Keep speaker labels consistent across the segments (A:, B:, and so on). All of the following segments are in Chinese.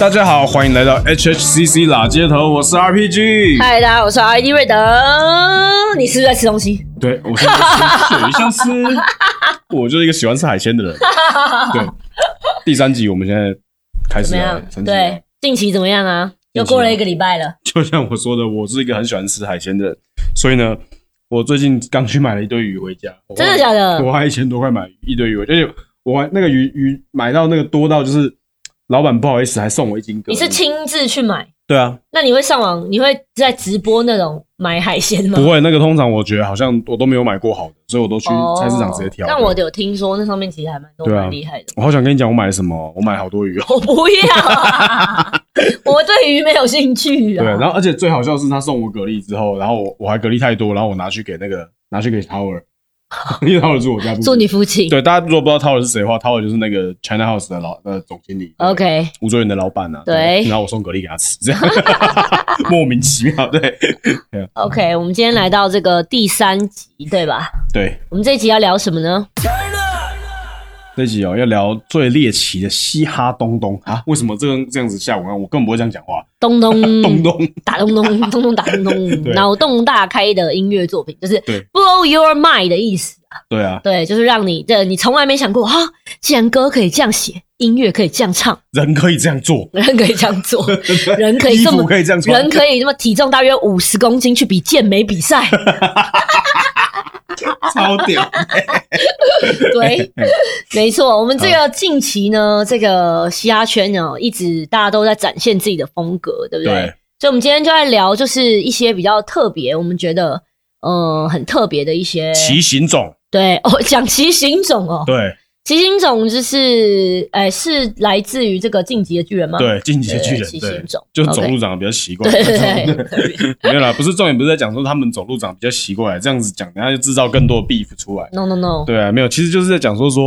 A: 大家好，欢迎来到 HHCC 拉街头，我是 RPG。
B: 嗨，大家好，我是 ID 瑞德。你是不是在吃东西？
A: 对，我现在是鳕鱼相 思，我就是一个喜欢吃海鲜的人。对，第三集我们现在开
B: 怎
A: 始
B: 么
A: 了
B: 样，？
A: 三啊集了
B: 对，，近期怎么样啊？
A: 近期啊
B: 又过了一个礼拜了，
A: 就像我说的，我是一个很喜欢吃海鲜的人，所以呢，我最近刚去买了一堆鱼回家，我花
B: 真的假的？
A: 我花一千多块买一堆鱼，而且我还那个鱼鱼买到那个多到就是老板不好意思还送我一斤蛤蜊。
B: 你是亲自去买？
A: 对啊，
B: 那你会上网？你会在直播那种买海鲜吗？
A: 不会那个通常我觉得好像我都没有买过好的，所以我都去
B: 哦，
A: 菜市场直接挑。
B: 但我有听说那上面其实还蛮多
A: 对啊
B: 蛮厉害的。
A: 我好想跟你讲我买了什么，我买了好多鱼哦。
B: 我不要 啊，我对鱼没有兴趣啊。
A: 对，然后而且最好笑的是他送我蛤蜊之后，然后我我还蛤蜊太多，然后我拿去给那个拿去给 Tower，因为 Tower 住我家附近
B: 祝你福气。
A: 对，大家如果不知道 Tower 是谁的话，Tower 就是那个 China House 的老呃总经理
B: ，OK，
A: 吴卓源的老板啊。
B: 对
A: 然后我送蛤蜊给他吃，这样 莫名其妙。对
B: OK，我们今天来到这个第三集，对吧？
A: 对，
B: 我们这一集要聊什么呢？
A: 这集哦要聊最猎奇的嘻哈东东啊，为什么这个这样子下午啊，我根本不会这样讲话，
B: 东东
A: 东东。
B: 打咚咚 咚咚打咚咚，
A: 对
B: 脑洞大开的音乐作品，就是
A: 对
B: blow your mind 的意思啊。
A: 对啊，
B: 对，就是让你这你从来没想过哈，既然歌可以这样写，音乐可以这样唱，
A: 人可以这样做，
B: 人可以这 样做，人可以
A: 衣
B: 这
A: 服
B: 么，
A: 可以这样穿
B: 人，可以这么体重大约五十公斤去比健美比 赛，
A: 超屌。
B: 对，没错。我们这个近期呢，这个嘻哈圈呢，一直大家都在展现自己的风格， 对不对？
A: 对
B: 所以，我们今天就在聊，就是一些比较特别，我们觉得呃很特别的一些
A: 骑行种，
B: 对哦， 讲骑行种哦，
A: 对
B: 骑行种就是，哎、是来自于这个晋级的巨人吗？
A: 对，进击的
B: 对，
A: 巨人，
B: 骑
A: 对
B: 行，种，
A: 就是走
B: OK
A: 路长得比较奇怪。
B: 对对对对
A: 没有啦，不是重点，不是在讲说他们走路长得比较奇怪，这样子讲，然后就制造更多的 beef 出来。
B: ，no no no，
A: 对啊，没有，其实就是在讲说说，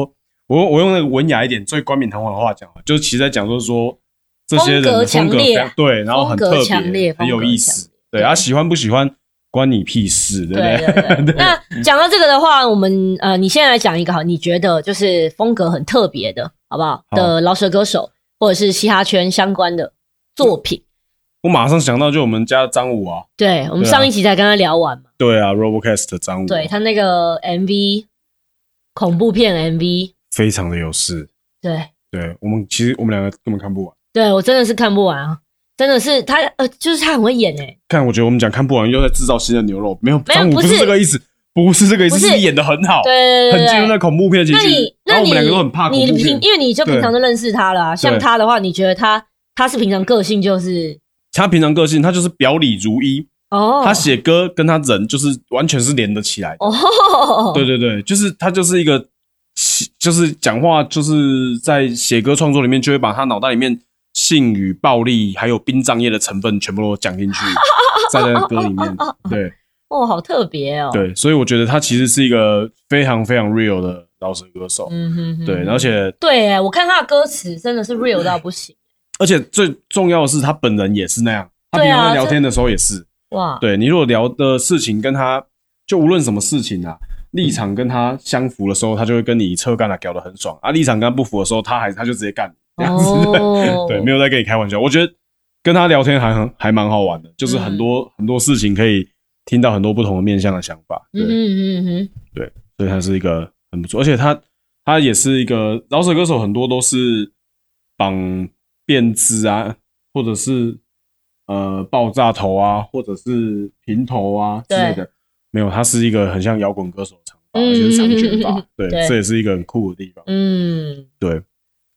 A: 我我用那个文雅一点、最冠冕堂皇的话讲啊，就是其实在讲说说这些人的风
B: 风格强
A: 格
B: 烈啊
A: 非常对，然后很
B: 风格
A: 特
B: 强烈
A: 别，很有
B: 风格
A: 意
B: 强
A: 思
B: 烈。
A: 对啊，喜欢不喜欢关你屁事， 对不
B: 对对对。那讲到这个的话，我们呃，你现在来讲一个好，你觉得就是风格很特别的，好不好？
A: 好
B: 的饶舌歌手或者是嘻哈圈相关的作品。
A: 我马上想到就我们家张武啊，
B: 对，我们
A: 对啊
B: 上一集才跟他聊完嘛，
A: 对啊，Robocast 的啊张武，
B: 对他那个 MV 恐怖片 MV，
A: 非常的有事。
B: 对，
A: 对我们其实我们两个根本看不完，
B: 对我真的是看不完啊，真的是他呃，就是他很会演哎、
A: 看我觉得我们讲看不完又在制造新的牛肉，没有，
B: 没有
A: 张武
B: 不
A: 不
B: 是
A: 是这个意思，不是这个意思，
B: 不是
A: 是演的很好，
B: 对对
A: 哦很
B: 对
A: 进入
B: 对
A: 那
B: 对。
A: 恐怖片的情
B: 那
A: 绪
B: 你。
A: 然
B: 那
A: 后
B: 你
A: 我们两个都很怕恐
B: 你
A: 怖
B: 平
A: 片，
B: 因为你就
A: 对
B: 平常就认识他了啊、像他的话，你觉得他他是平常个性就是
A: 他平常个性他就是表里如一，
B: 哦，
A: 他写歌跟他人就是完全是连得起来的。
B: 哦，
A: 对对对，就是他就是一个，就是讲话就是在写歌创作里面就会把他脑袋里面性与暴力还有殡葬业的成分全部都讲 进去，在那个歌里面。对
B: 哦，好特别哦，，
A: 对，所以我觉得他其实是一个非常非常 real 的饶舌歌手。
B: 嗯哼哼，
A: 对，而且
B: 对哎，我看他的歌词真的是 real 到不行，
A: 而且最重要的是，他本人也是那样。他
B: 啊
A: 平常在聊天的时候也是，
B: 哇，哦
A: 对你如果聊的事情跟他就无论什么事情啊，立场跟他相符的时候，他就会跟你扯干了，搞得很爽啊；立场跟他不符的时候，他还他就直接干这样子。
B: 哦
A: 对，没有在跟你开玩笑。我觉得跟他聊天还很还蛮好玩的，就是
B: 嗯
A: 很多、很多事情可以听到很多不同的面向的想法。对，
B: 嗯哼嗯哼，
A: 所以他是一个很不错，而且他他也是一个饶舌歌手，很多都是绑辫子啊，或者是呃爆炸头啊，或者是平头啊之
B: 对
A: 类的。没有，他是一个很像摇滚歌手的长发，
B: 嗯
A: 而且是长卷 发。对，
B: 对
A: 这也是一个很酷的地方。
B: 嗯，
A: 对。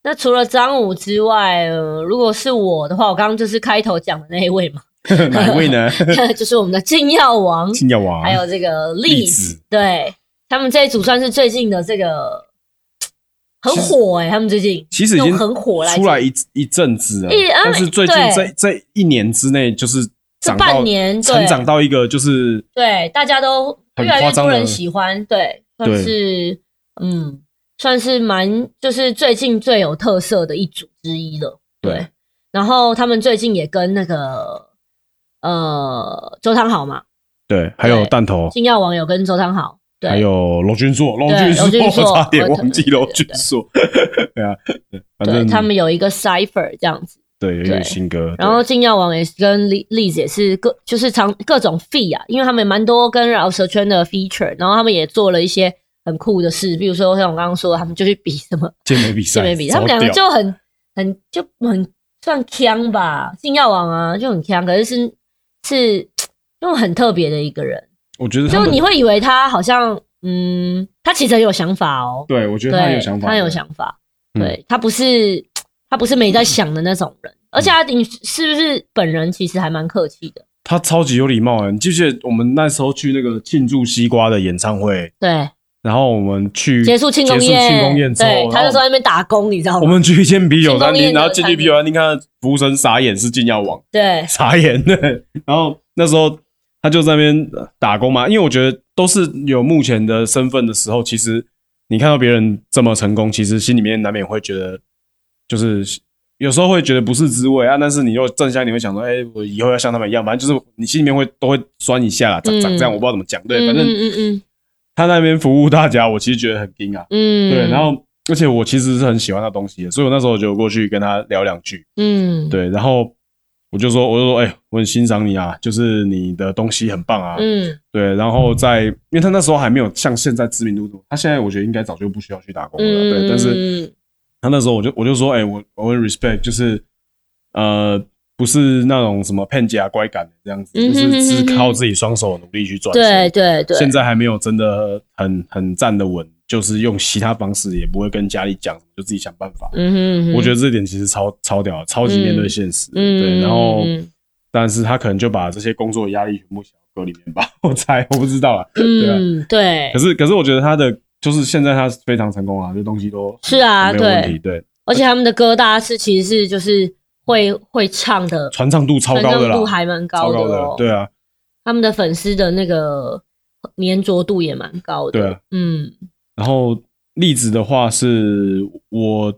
B: 那除了张武之外，呃，如果是我的话，我刚刚就是开头讲的那一位嘛，
A: 哪一位 呢？
B: 就是我们的禁药王，
A: 金耀王，
B: 还有这个
A: 栗
B: 栗子，对他们这一组算是最近的这个很火哎、他们最近
A: 其实已经
B: 用很火来
A: 出来一一阵子了
B: 一啊，
A: 但是最近
B: 对
A: 这这一年之内，就是
B: 这
A: 长到
B: 半年
A: 成
B: 对
A: 长到一个就是
B: 对大家都
A: 很
B: 越来
A: 夸
B: 越
A: 张
B: 多人
A: 的
B: 喜欢，对，算
A: 对
B: 是嗯算是蛮就是最近最有特色的一组之一了，对。
A: 对
B: 然后他们最近也跟那个呃周汤好嘛，
A: 对，还有
B: 对
A: 弹头，
B: 金耀王有跟周汤好，对，
A: 还有罗君硕，罗
B: 对 罗
A: 君
B: 君
A: 硕，
B: 硕
A: 我差点忘记
B: 对对对
A: 罗君硕。对啊，对反
B: 对
A: 正
B: 他们有一个 cipher 这样子。
A: 对，有一
B: 对
A: 个新歌，
B: 然后金耀王也是跟栗栗子也是各就是常各种 fee 啊，因为他们也蛮多跟饶舌圈的 feature，然后他们也做了一些很酷的事，比如说像我刚刚说的，他们就去比什么
A: 对健美比赛，
B: 健美比赛，他们
A: 超
B: 两个
A: 屌
B: 就很很就很算腔吧，金耀王啊就很腔，可是是是那种很特别的一个人，
A: 我觉得他
B: 就
A: 们
B: 你会以为他好像嗯，他其实很有想法哦，
A: 对我觉
B: 对，
A: 得他很有想法，
B: 他很有，想法，
A: 嗯
B: 对他不是他不是没在想的那种人，而且
A: 嗯
B: 他你是不是本人其实还蛮客气的，
A: 他超级有礼貌啊！你记不记得我们那时候去那个庆祝西瓜的演唱会，
B: 对，
A: 然后我们去
B: 结束庆功
A: 嗯结束庆功
B: 宴，
A: 宴之后，
B: 对，
A: 然
B: 他
A: 后
B: 就说在那边打工，你知道
A: 我
B: 吗？
A: 们去一间啤酒餐
B: 庆功
A: 厅，
B: 宴的
A: 然后进去啤酒餐厅，看到服务生傻眼是禁药王，
B: 对
A: 傻眼 的。然后那时候他就在那边呃打工嘛，因为我觉得都是有目前的身份的时候，其实你看到别人这么成功，其实心里面难免会觉得，就是有时候会觉得不是滋味啊。但是你又正向，你会想说，哎、我以后要像他们一样，反正就是你心里面会都会酸一下啦，长长
B: 嗯
A: 这样，我不知道怎么讲。对，
B: 嗯
A: 反正
B: 嗯嗯
A: 他那边服务大家，我其实觉得很惊啊。
B: 嗯，
A: 对，然后而且我其实是很喜欢那东西的，所以我那时候就过去跟他聊两句。
B: 嗯，
A: 对，然后我就说，我就说，哎、我很欣赏你啊，就是你的东西很棒啊，
B: 嗯
A: 对。然后在，因为他那时候还没有像现在知名度多，他现在我觉得应该早就不需要去打工了，
B: 嗯，
A: 对。但是他那时候我就我就说，哎、我我很 respect，就是呃，不是那种什么骗家乖感的这样子，
B: 嗯
A: 就
B: 哼哼
A: 是
B: 哼
A: 只
B: 哼
A: 靠自己双手努力去赚
B: 对
A: 钱。
B: 对对，
A: 现在还没有真的很很站得稳，就是用其他方式，也不会跟家里讲，就自己想办法。
B: 嗯哼，嗯哼
A: 我觉得这点其实超超屌的，超级面对现实。
B: 嗯
A: 对，然后、
B: 嗯
A: 但是他可能就把这些工作压力全部小搁里面吧， 我猜我不知道啊。对啊
B: 嗯对
A: 可，是可是我觉得他的就是现在他非常成功啊，这东西都
B: 是啊
A: 没有问题，对，
B: 而且他们的歌大家是其实是就是会会唱的，
A: 传唱度超高的
B: 传唱
A: 啦
B: 度，还蛮
A: 超
B: 高的哦
A: 的，对啊，
B: 他们的粉丝的那个粘着度也蛮高的。
A: 对啊
B: 嗯，
A: 然后例子的话是我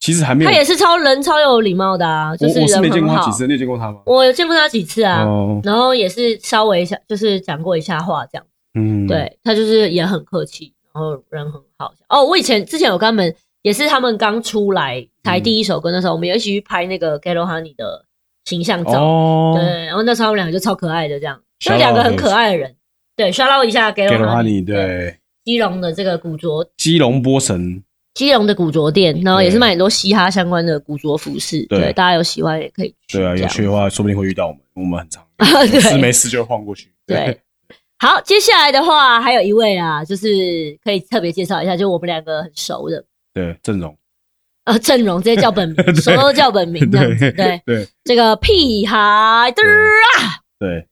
A: 其实还没有，
B: 他也是超人，超有礼貌的啊，就
A: 我我是
B: 人
A: 没见
B: 很
A: 过他
B: 好
A: 几。次，你有见过他吗？
B: 我有见过他几次啊，
A: 哦，
B: 然后也是稍微一下，就是讲过一下话这样。
A: 嗯，，
B: 对他就是也很客气，然后人很好。哦，我以前之前有跟他们，也是他们刚出来
A: 嗯
B: 才第一首歌那时候，我们有一起去拍那个 Ghetto Honey 的形象照。
A: 哦，
B: 对，然后那时候他们两个就超可爱的，这样，
A: Shout
B: 就两个
A: out
B: 很可爱的人。对，刷到一下给
A: 给
B: 了
A: 了
B: 他
A: 哈
B: 你
A: 尼，，对，
B: 基隆的这个古着，
A: 基隆波神，
B: 基隆的古着店，然后也是
A: 对
B: 卖很多嘻哈相关的古着服饰。
A: 对
B: 对，大家有喜欢也可以去。
A: 对啊，
B: 这
A: 有
B: 样
A: 趣的话，说不定会遇到我 们，我们很常有事没
B: 对
A: 事就晃过去。
B: 对。好，接下来的话还有一位啊，就是可以特别介绍一下，就我们两个很熟的，
A: 对，阵容，
B: 呃，阵容直接叫本 名，熟都叫本名这样子。 对，
A: 对
B: 这个屁孩，嘚儿
A: 对，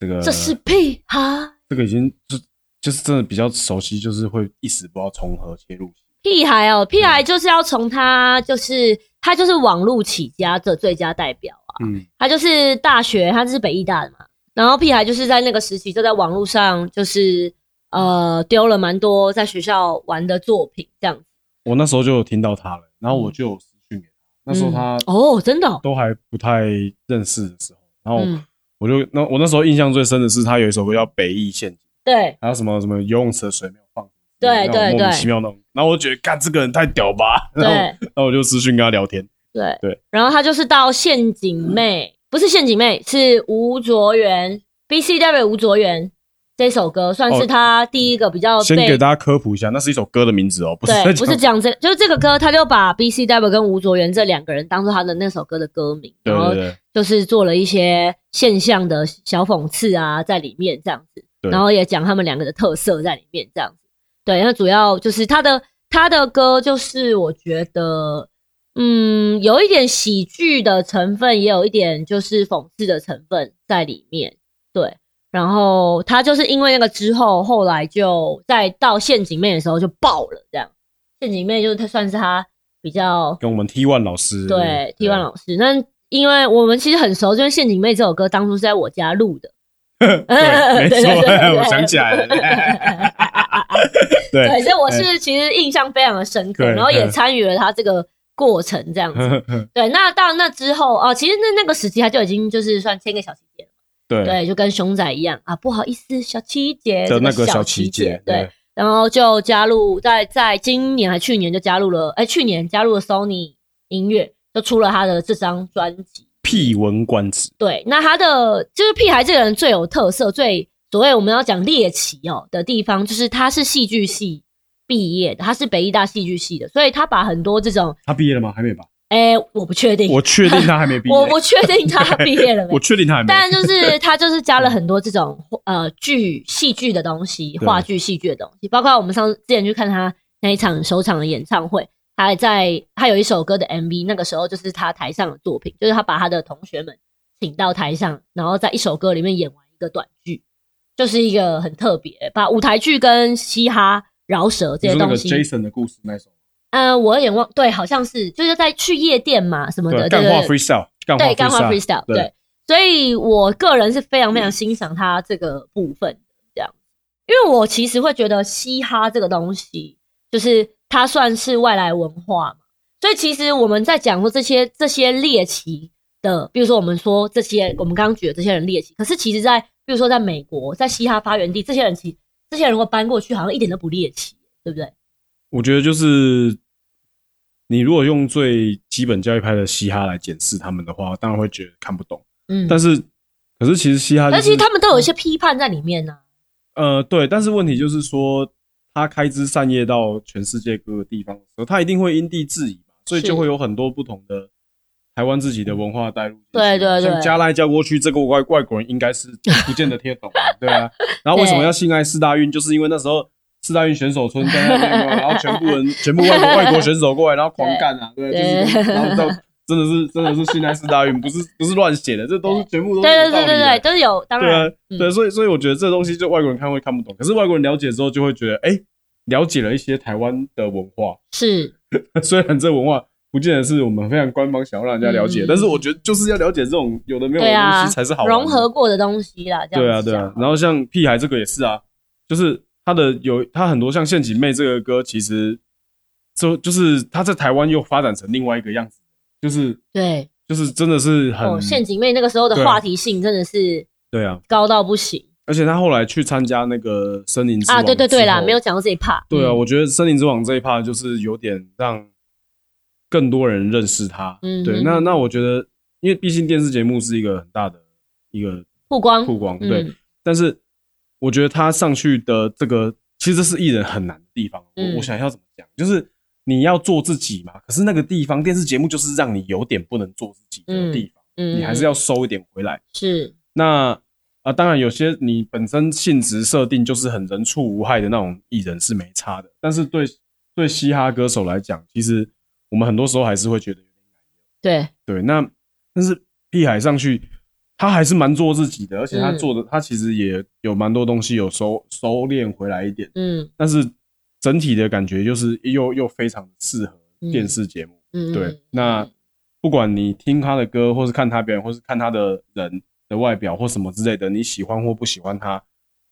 A: 这个
B: 这是屁孩，
A: 这个已经就就是真的比较熟悉，就是会一时不知道从何切入。
B: 屁孩哦，屁孩就是要从他就是他就是网络起家的最佳代表啊，
A: 嗯，
B: 他就是大学，他是北艺大的嘛，然后屁孩就是在那个时期就在网络上就是呃丢了蛮多在学校玩的作品这样子，
A: 我那时候就有听到他了，然后我就有私讯给他，那时候他
B: 嗯哦真的哦
A: 都还不太认识的时候，然后
B: 嗯
A: 我就那我那时候印象最深的是他有一首歌叫《北翼陷阱》，
B: 对
A: 还有什么什么游泳池的水没有放。
B: 对
A: 那种
B: 对
A: 莫名
B: 对
A: 其妙那种，然后我就觉得，干这个人太屌吧， 然后
B: 对
A: 然后我就私讯跟他聊天，
B: 对
A: 对，
B: 然后他就是到陷阱妹，不是陷阱妹，是吴卓源 B C W 吴卓源这首歌算是
A: 哦
B: 他第一个比较
A: 先
B: 被
A: 给大家科普一下，那是一首歌的名字哦，不是在
B: 哦对，不是
A: 讲
B: 讲这，就是这个歌，他就把 B C W 跟吴卓源这两个人当做他的那首歌的歌名，
A: 对
B: 然后
A: 对对，
B: 就是做了一些现象的小讽刺啊，在里面这样子，
A: 对
B: 然后也讲他们两个的特色在里面这样子。对，那主要就是他的他的歌，就是我觉得，嗯，有一点喜剧的成分，也有一点就是讽刺的成分在里面。对，然后他就是因为那个之后，后来就在到陷阱妹的时候就爆了，这样。陷阱妹就是他算是他比较
A: 跟我们 T One 老师
B: 对 T One 老师。那因为我们其实很熟，就是《陷阱妹》这首歌当初是在我家录的，
A: 对，没
B: 对对对对
A: 错，
B: 对
A: 我想起来 了，
B: 对，
A: 对，
B: 所以我是其实印象非常的深刻，
A: 对
B: 然后也
A: 嗯
B: 参与了他这个过程这样子。对，那到那之后哦、其实那那个时期他就已经就是算签个小旗姐了，
A: 对
B: 对，就跟熊仔一样啊，不好意思，小七姐
A: 的那
B: 这
A: 个
B: 小
A: 小琪
B: 姐
A: 姐，，
B: 对，，然后就加入在在今年还去年就加入了，哎，去年加入了 Sony 音乐，就出了他的这张专辑。
A: 屁闻官职，
B: 对，那他的就是屁孩这个人最有特色，最所谓我们要讲猎奇哦的地方，就是他是戏剧系毕业的，他是北医大戏剧系的，所以他把很多这种，
A: 他毕业了吗？还没吧？
B: 哎、我不确定，
A: 我确定他还没毕业，
B: 我不确定他毕 业了没
A: 我，确定他还没。
B: 但就是他就是加了很多这种呃剧戏剧的东西，
A: 对
B: 话剧戏剧的东西，包括我们上之前去看他那一场首场的演唱会，他还在他有一首歌的 MV，那个时候就是他台上的作品，就是他把他的同学们请到台上，然后在一首歌里面演完一个短剧，就是一个很特别，把舞台剧跟嘻哈饶舌这
A: 你说
B: 些
A: 那
B: 东
A: 个
B: 西，
A: Jason 的故事那首，
B: 呃，我有点忘，对，好像是就是在去夜店嘛什么的，对
A: 干
B: 对
A: 话
B: 对
A: freestyle，干话
B: 对，干话 freestyle，
A: 对
B: 对，所以我个人是非常非常欣赏他这个部分的这样，因为我其实会觉得嘻哈这个东西，就是它算是外来文化嘛，所以其实我们在讲说这些这些猎奇的，比如说我们说这些我们刚刚举的这些人猎奇，可是其实在比如说在美国，在嘻哈发源地，这些人其这些人如果搬过去，好像一点都不猎奇，对不对？
A: 我觉得就是你如果用最基本教育派的嘻哈来检视他们的话，当然会觉得看不懂。
B: 嗯，
A: 但是，可是其实嘻哈、就
B: 但
A: 是，
B: 其实他们都有一些批判在里面呢、
A: 呃，对，但是问题就是说，他开枝散叶到全世界各个地方的时候，他一定会因地制宜嘛，所以
B: 是
A: 就会有很多不同的台湾自己的文化带入进去。
B: 对对对
A: 像加赖加过去这个外外国人应该是不见得听得懂啊，对啊。然后为什么要性爱四大运，就是因为那时候。四大运选手村在那边嘛，然后全部人全部外国外国选手过来，然后狂干啊，对，就是
B: 对
A: 然后到真的是真的是性爱四大运，不是不是乱写的，这都是全部都是
B: 对
A: 有道
B: 对
A: 理
B: 对对
A: 的
B: 对，都是有，当
A: 对
B: 然嗯
A: 啊，对，所以所以我觉得这东西就外国人看会看不懂，可是外国人了解之后就会觉得，哎、了解了一些台湾的文化，
B: 是。
A: 虽然这文化不见得是我们非常官方想要让人家了解，
B: 嗯
A: 但是我觉得就是要了解这种有的没有的
B: 对啊
A: 东西才是好玩的
B: 融合过的东西啦，这
A: 对啊
B: 样子
A: 对
B: 讲
A: 啊，然后像屁孩这个也是啊，就是他的有他很多像陷阱妹这个歌，其实就就是他在台湾又发展成另外一个样子，就是
B: 对
A: 就是真的是很、
B: 哦，陷阱妹那个时候的
A: 对啊
B: 话题性真的是
A: 对啊，
B: 高到不行
A: 而且他后来去参加那个森林之
B: 啊！
A: 王
B: 对对对啦，
A: 之后
B: 没有讲到这一 part。
A: 对啊，
B: 嗯
A: 我觉得《森林之王》这一趴就是有点让更多人认识他。
B: 嗯
A: 对，
B: 哼
A: 那那我觉得，因为毕竟电视节目是一个很大的一个
B: 曝光
A: 曝光，
B: 嗯
A: 对。但是我觉得他上去的这个，其实这是艺人很难的地方。我
B: 嗯
A: 我想要怎么讲，就是你要做自己嘛，可是那个地方电视节目就是让你有点不能做自己的地方，
B: 嗯，
A: 你还是要收一点回来。
B: 是
A: 那啊、当然有些你本身性质设定就是很人畜无害的那种艺人是没差的，但是对对嘻哈歌手来讲，其实我们很多时候还是会觉得有点
B: 对
A: 对。那但是屁海上去，他还是蛮做自己的，而且他
B: 嗯
A: 做的、他其实也有蛮多东西有收收敛回来一点，
B: 嗯
A: 但是整体的感觉就是又又非常适合电视节目。
B: 嗯
A: 对
B: 嗯，
A: 那不管你听他的歌，或是看他表演，或是看他的人的外表或什么之类的，你喜欢或不喜欢他，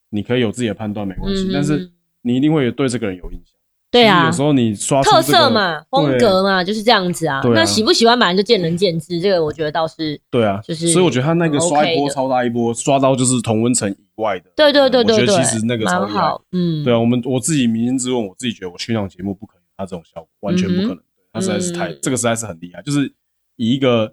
A: 你可以有自己的判断，没关系。
B: 嗯
A: 但是
B: 嗯
A: 你一定会有对这个人有印象。
B: 对啊
A: 有时，候你刷出
B: 特
A: 这个
B: 色，嘛，风格嘛，就是这样子啊。
A: 对啊
B: 那喜不喜欢本来就见仁见智，这个我觉得倒是
A: 对啊，
B: 就是
A: 所以我觉得他那个刷一波
B: OK 的
A: 超大一波，刷到就是同温层以外的。
B: 对对对
A: 我
B: 对
A: 觉
B: 对，
A: 得其实那个超
B: 蛮
A: 厉害
B: 好。，嗯，
A: 对啊，我们我自己扪心自问，我自己觉得我去那种节目不可能，他这种效果完全不可能，他实在是太、
B: 嗯
A: 这个实在是很厉害，就是以一个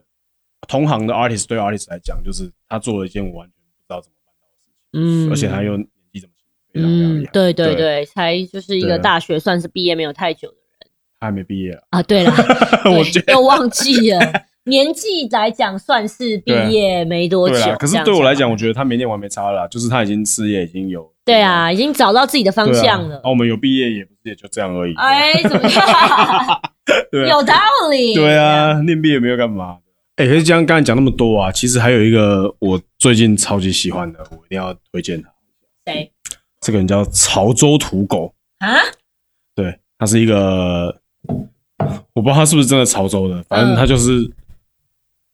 A: 同行的 artist 对 artist 来讲，就是他做了一件我完全不知道怎么办到的事情，
B: 嗯，
A: 而且他又年纪这么轻，非常非常
B: 嗯
A: 厉害，，
B: 对对
A: 对
B: 对，才就是一
A: 对
B: 个
A: 啊
B: 大学算是毕业没有太久的人。
A: 他还没毕业啊，
B: 啊，对啦，对
A: 我觉得
B: 又忘记了。年纪来讲，算是毕业没多久
A: 对啊，，可
B: 这
A: 是
B: 样
A: 对我来讲，
B: 吧
A: 我觉得他没念完没差了啦，就是他已经事业已经有，
B: 对啊，已经找到自己的
A: 对啊，
B: 方向了
A: 啊，。我们有毕业也不是也就这样而已，啊
B: 哎，怎么样？
A: 对啊
B: 有道理。
A: 对，啊，念毕业没有干嘛。哎、可是这样刚才讲那么多啊，其实还有一个我最近超级喜欢的，我一定要推荐他。
B: 谁
A: 这个人叫潮州土狗，
B: 啊？
A: 对，他是一个，我不知道他是不是真的潮州的，反正他就是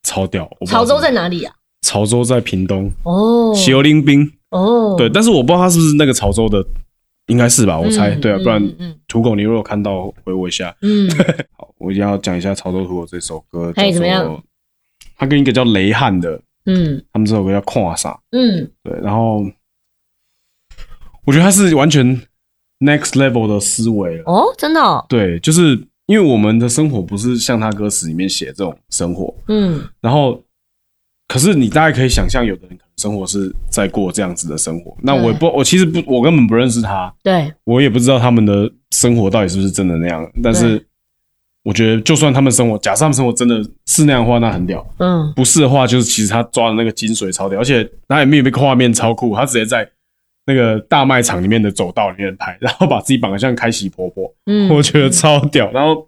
A: 超屌。我不知道
B: 嗯潮州在
A: 是不是？
B: 哪里啊？
A: 潮州在屏东，
B: 哦
A: 小林兵。
B: 哦，
A: 对，但是我不知道他是不是那个潮州的，应该是吧？我猜，
B: 嗯
A: 对啊，
B: 嗯
A: 不然
B: 嗯嗯
A: 土狗你如果有看到回我一下。
B: 嗯，
A: 好，我一定要讲一下潮州土狗这首歌，
B: 嘿
A: 叫
B: 怎么样
A: 做？他跟一个叫雷汉的，
B: 嗯
A: 他们这首歌叫《跨啥》，
B: 嗯
A: 对，然后我觉得他是完全 next level 的思维了。
B: 哦，真的哦，
A: 对，就是因为我们的生活不是像他歌词里面写这种生活，
B: 嗯
A: 然后，可是你大概可以想象，有的人可能生活是在过这样子的生活。那我也不，我其实不，我根本不认识他，
B: 对
A: 我也不知道他们的生活到底是不是真的那样。但是，我觉得就算他们生活，假设他们生活真的是那样的话，那很屌；
B: 嗯
A: 不是的话，就是其实他抓的那个精髓超屌，而且他也没有被画面超酷，他直接在那个大卖场里面的走道里面拍，然后把自己绑得像开喜婆婆。
B: 嗯，
A: 我觉得超屌。然后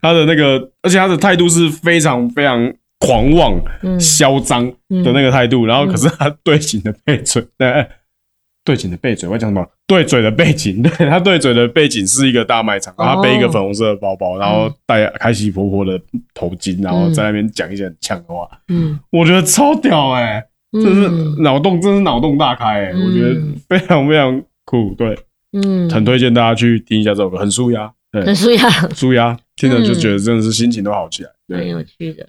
A: 他的那个，而且他的态度是非常非常狂妄、
B: 嗯
A: 嚣张的那个态度。然后可是他对景的背嘴，
B: 嗯
A: 对对景的背嘴，我在讲什么？对嘴的背景， 对他对嘴的背景是一个大卖
B: 哦
A: 场，然后他背一个粉红色的包包，然
B: 嗯
A: 后戴开西婆婆的头巾，然后在那边讲一些很呛的话，
B: 嗯，
A: 我觉得超屌哎、
B: 嗯
A: 真是脑洞，真是脑洞大开哎、
B: 嗯
A: 我觉得非常非常酷，对，
B: 嗯
A: 很推荐大家去听一下这首歌，很舒压，对，
B: 很舒压，
A: 舒压，听着就觉得真的是心情都好起来。
B: 很
A: 对，
B: 有趣的。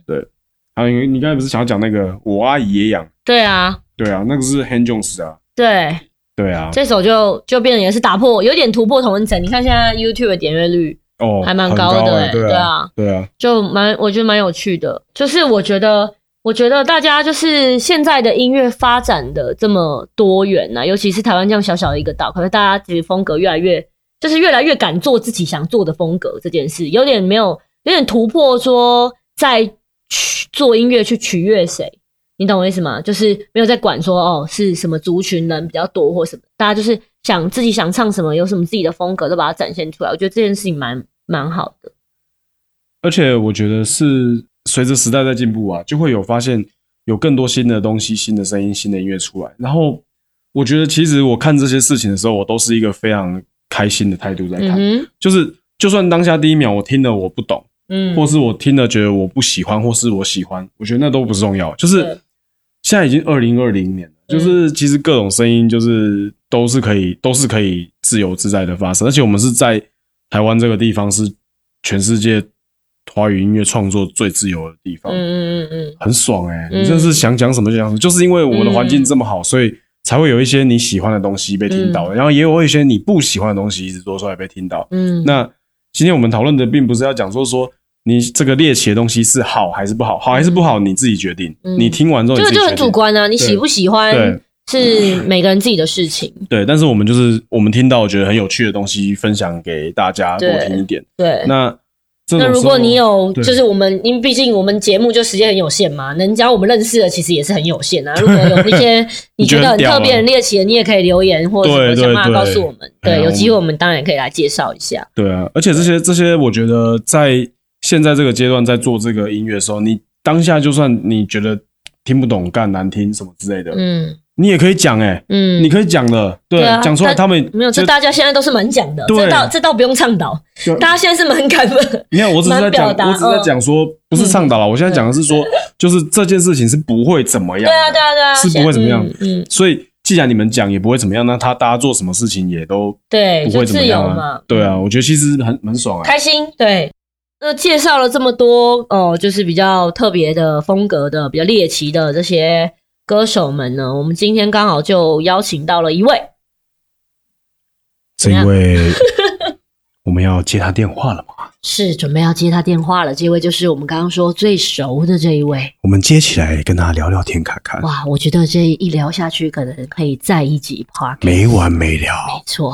A: 还有你你刚才不是想要讲那个我阿姨也养？
B: 对啊，
A: 对啊，那个是 Han Jones 啊。
B: 对，
A: 对啊，
B: 这首就就变得也是打破，有点突破同温层。你看现在 YouTube 的点阅率
A: 哦，
B: 还蛮
A: 很
B: 高
A: 高
B: 的、
A: 欸
B: 欸，
A: 对
B: 对，啊，
A: 对啊，
B: 就蛮我觉得蛮有趣的。就是我觉得，我觉得大家就是现在的音乐发展的这么多元啊呐、尤其是台湾这样小小的一个岛，可是大家其实风格越来越，就是越来越敢做自己想做的风格这件事，有点没有，有点突破说在取做音乐去取悦谁。你懂我意思吗？就是没有在管说哦是什么族群人比较多或什么，大家就是想自己想唱什么，有什么自己的风格都把它展现出来。我觉得这件事情蛮蛮好的。
A: 而且我觉得是随着时代在进步啊，就会有发现有更多新的东西、新的声音、新的音乐出来。然后我觉得，其实我看这些事情的时候，我都是一个非常开心的态度在
B: 嗯
A: 看，
B: 哼，
A: 就是就算当下第一秒我听了我不懂，
B: 嗯，
A: 或是我听了觉得我不喜欢，或是我喜欢，我觉得那都不重要。就是
B: 对
A: 现在已经二零二零年了，
B: 嗯
A: 就是其实各种声音就是都是可以，都是可以自由自在的发生，而且我们是在台湾这个地方是全世界华语音乐创作最自由的地方，
B: 嗯嗯嗯
A: 很爽哎、
B: 嗯
A: 你真是想讲什么就讲什么，就是因为我们的环境这么好，所以。才会有一些你喜欢的东西被听到，然后也有一些你不喜欢的东西一直做出来被听到。
B: 嗯，
A: 那今天我们讨论的并不是要讲说说你这个猎奇的东西是好还是不好，好还是不好你自己决定，
B: 嗯
A: 你听完之后
B: 这
A: 你自
B: 个
A: 己
B: 就
A: 决
B: 很
A: 定
B: 主。观啊，你喜不喜欢
A: 对
B: 是每个人自己的事情。
A: 对，但是我们就是我们听到我觉得很有趣的东西，分享给大家多
B: 对
A: 听一点。
B: 对，
A: 那这种
B: 那如
A: 时候
B: 果你有，
A: 对
B: 就是我们，因为毕竟我们节目就时间很有限嘛，能讲我们认识的其实也是很有限啊。如果有那 些你觉得很特别、很猎奇的，你也可以留言或者什么
A: 啊对对
B: 想法
A: 对
B: 告诉我们。
A: 哎呀
B: 对，有
A: 我们
B: 机会我们当然可以来介绍一下。
A: 对啊，而且这些这些，我觉得在现在这个阶段，在做这个音乐的时候，你当下就算你觉得听不懂、干难听什么之类的，
B: 嗯
A: 你也可以讲哎、
B: 嗯，
A: 你可以讲的，对
B: 对啊，
A: 讲出来
B: 但
A: 他们
B: 没有，
A: 就
B: 这大家现在都是蛮讲的，
A: 对
B: 这倒这倒不用倡导，
A: 就
B: 大家现在是蛮敢的。
A: 你看，我只是在讲，
B: 蛮表达
A: 我只是在讲说，不是倡导了。我现在讲的是说，就是这件事情是不会怎么样的，
B: 对啊，对啊，对啊，
A: 是不会怎么样
B: 嗯嗯，
A: 所以既然你们讲也不会怎么样，那他大家做什么事情也都
B: 对，
A: 不
B: 就
A: 会怎么
B: 自由
A: 样
B: 嘛
A: 啊。。对啊，我觉得其实很很爽啊。
B: 开心。对，那介绍了这么多哦、呃就是比较特别的风格的、比较猎奇的这些歌手们呢，我们今天刚好就邀请到了一位，
A: 是因为我们要接他电话了嘛？
B: 是准备要接他电话了。这位就是我们刚刚说最熟的这一位。
A: 我们接起来跟他聊聊天看
C: 哎
A: 看，
B: 哇，我觉得这一聊下去，可能可以再一集 part。
A: 没完没了。
B: 错，